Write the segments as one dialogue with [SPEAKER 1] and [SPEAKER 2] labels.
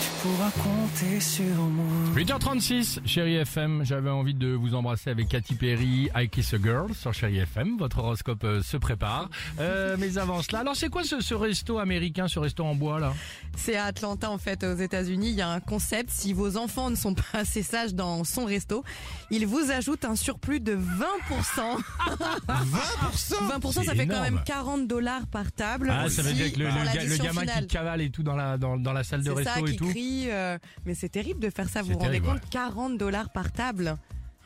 [SPEAKER 1] tu pourras compter sur moi.
[SPEAKER 2] 8h36, chérie FM, j'avais envie de vous embrasser avec Katy Perry, I Kiss a Girl sur chérie FM, votre horoscope euh, se prépare. Euh, mais avant cela, alors c'est quoi ce, ce resto américain, ce resto en bois là
[SPEAKER 3] C'est à Atlanta en fait aux États-Unis, il y a un concept si vos enfants ne sont pas assez sages dans son resto, ils vous ajoutent un surplus de 20 20
[SPEAKER 2] C'est
[SPEAKER 3] ça fait quand
[SPEAKER 2] énorme.
[SPEAKER 3] même 40 dollars par table.
[SPEAKER 2] Ah, ça veut
[SPEAKER 3] Si,
[SPEAKER 2] dire que le,
[SPEAKER 3] pour
[SPEAKER 2] le ga- le
[SPEAKER 3] l'addition
[SPEAKER 2] gamin
[SPEAKER 3] finale.
[SPEAKER 2] qui cavale et tout dans la, dans, dans la salle de
[SPEAKER 3] c'est ça
[SPEAKER 2] resto et
[SPEAKER 3] qui
[SPEAKER 2] tout.
[SPEAKER 3] crie, euh, mais c'est terrible de faire ça, vous
[SPEAKER 2] C'est
[SPEAKER 3] vous rendez
[SPEAKER 2] terrible,
[SPEAKER 3] compte 40 dollars par table.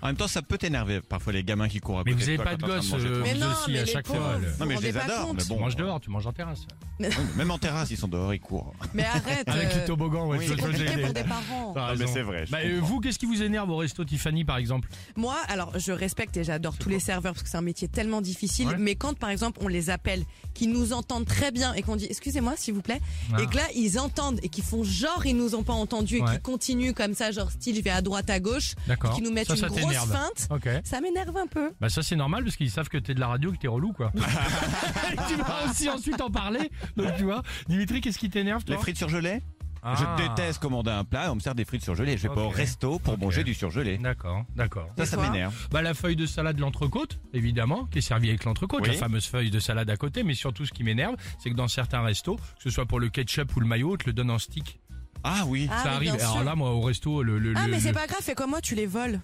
[SPEAKER 4] En même temps, ça peut t'énerver parfois les gamins qui courent à
[SPEAKER 2] Mais
[SPEAKER 4] côté
[SPEAKER 2] vous avez
[SPEAKER 4] toi
[SPEAKER 2] pas de
[SPEAKER 4] quand t'es en train
[SPEAKER 2] gosse,
[SPEAKER 4] manger.
[SPEAKER 2] euh,
[SPEAKER 3] Mais
[SPEAKER 2] vous
[SPEAKER 3] non,
[SPEAKER 2] aussi
[SPEAKER 3] mais
[SPEAKER 2] à
[SPEAKER 3] les
[SPEAKER 2] chaque
[SPEAKER 3] pauvres.
[SPEAKER 2] fois. le-
[SPEAKER 3] vous
[SPEAKER 4] Non mais je
[SPEAKER 3] rendez
[SPEAKER 4] les
[SPEAKER 3] pas
[SPEAKER 4] adore,
[SPEAKER 3] compte.
[SPEAKER 4] mais
[SPEAKER 2] Tu
[SPEAKER 4] bon.
[SPEAKER 2] manges dehors, tu manges en terrasse.
[SPEAKER 4] Oui, mais Même en terrasse, ils sont dehors, ils courent.
[SPEAKER 3] Mais arrête,
[SPEAKER 2] Avec
[SPEAKER 3] euh,
[SPEAKER 2] le toboggan, ouais,
[SPEAKER 4] oui,
[SPEAKER 2] tu
[SPEAKER 3] c'est
[SPEAKER 2] vois, je l'ai
[SPEAKER 3] compliqué
[SPEAKER 2] dit.
[SPEAKER 3] pour des parents.
[SPEAKER 2] T'as
[SPEAKER 4] Non, Ah, mais
[SPEAKER 2] raison.
[SPEAKER 4] c'est vrai, je
[SPEAKER 2] Bah, euh,
[SPEAKER 4] comprends.
[SPEAKER 2] vous, qu'est-ce qui vous énerve au resto Tiffany par exemple
[SPEAKER 3] Moi, alors je respecte et j'adore tous les serveurs parce que c'est un métier tellement difficile.
[SPEAKER 2] Ouais.
[SPEAKER 3] Mais quand, par exemple, on les appelle, qu'ils nous entendent très bien et qu'on dit excusez-moi s'il vous plaît,
[SPEAKER 2] Ah.
[SPEAKER 3] et que là ils entendent et qu'ils font genre ils nous ont pas entendus et
[SPEAKER 2] Ouais.
[SPEAKER 3] qu'ils continuent comme ça, genre style je vais à droite à gauche, et
[SPEAKER 2] D'accord.
[SPEAKER 3] qu'ils nous mettent
[SPEAKER 2] Ça,
[SPEAKER 3] une
[SPEAKER 2] ça
[SPEAKER 3] grosse
[SPEAKER 2] t'énerve.
[SPEAKER 3] feinte,
[SPEAKER 2] Ok.
[SPEAKER 3] ça m'énerve un peu.
[SPEAKER 2] Bah ça c'est normal parce qu'ils savent que t'es de la radio, que t'es relou quoi. Et tu vas aussi ensuite en parler. Donc tu vois, Dimitri, qu'est-ce qui t'énerve toi
[SPEAKER 4] Les frites surgelées
[SPEAKER 2] Ah.
[SPEAKER 4] Je déteste commander un plat et on me sert des frites surgelées. Je vais pas au
[SPEAKER 2] Ok.
[SPEAKER 4] resto pour
[SPEAKER 2] Ok.
[SPEAKER 4] manger du surgelé.
[SPEAKER 2] D'accord, d'accord.
[SPEAKER 4] Ça,
[SPEAKER 3] Et
[SPEAKER 4] ça
[SPEAKER 3] toi
[SPEAKER 4] m'énerve.
[SPEAKER 2] Bah la feuille de salade l'entrecôte, évidemment, qui est servie avec l'entrecôte,
[SPEAKER 4] Oui.
[SPEAKER 2] la fameuse feuille de salade à côté. Mais surtout, ce qui m'énerve, c'est que dans certains restos, que ce soit pour le ketchup ou le mayo, on te le donne en stick.
[SPEAKER 4] Ah oui.
[SPEAKER 3] Ah,
[SPEAKER 2] ça
[SPEAKER 3] mais
[SPEAKER 2] arrive.
[SPEAKER 3] bien
[SPEAKER 2] Alors
[SPEAKER 3] sûr.
[SPEAKER 2] là, moi, au resto, le, le-
[SPEAKER 3] Ah
[SPEAKER 2] le-
[SPEAKER 3] mais c'est
[SPEAKER 2] le-
[SPEAKER 3] pas grave, fais comme moi, tu les voles.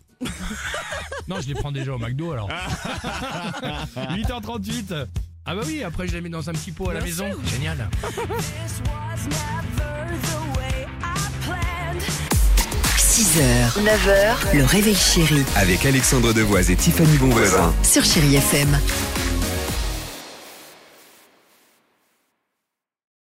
[SPEAKER 2] non, je les prends déjà au McDo alors. 8h38. Ah bah oui, après je les mets dans un petit pot à la
[SPEAKER 3] Bien
[SPEAKER 2] maison. Génial.
[SPEAKER 5] This was never the way I planned.
[SPEAKER 6] 6h, 9h, le réveil chéri
[SPEAKER 7] Avec Alexandre Devoise et Tiffany Bonvoisin.
[SPEAKER 6] sur Chéri FM.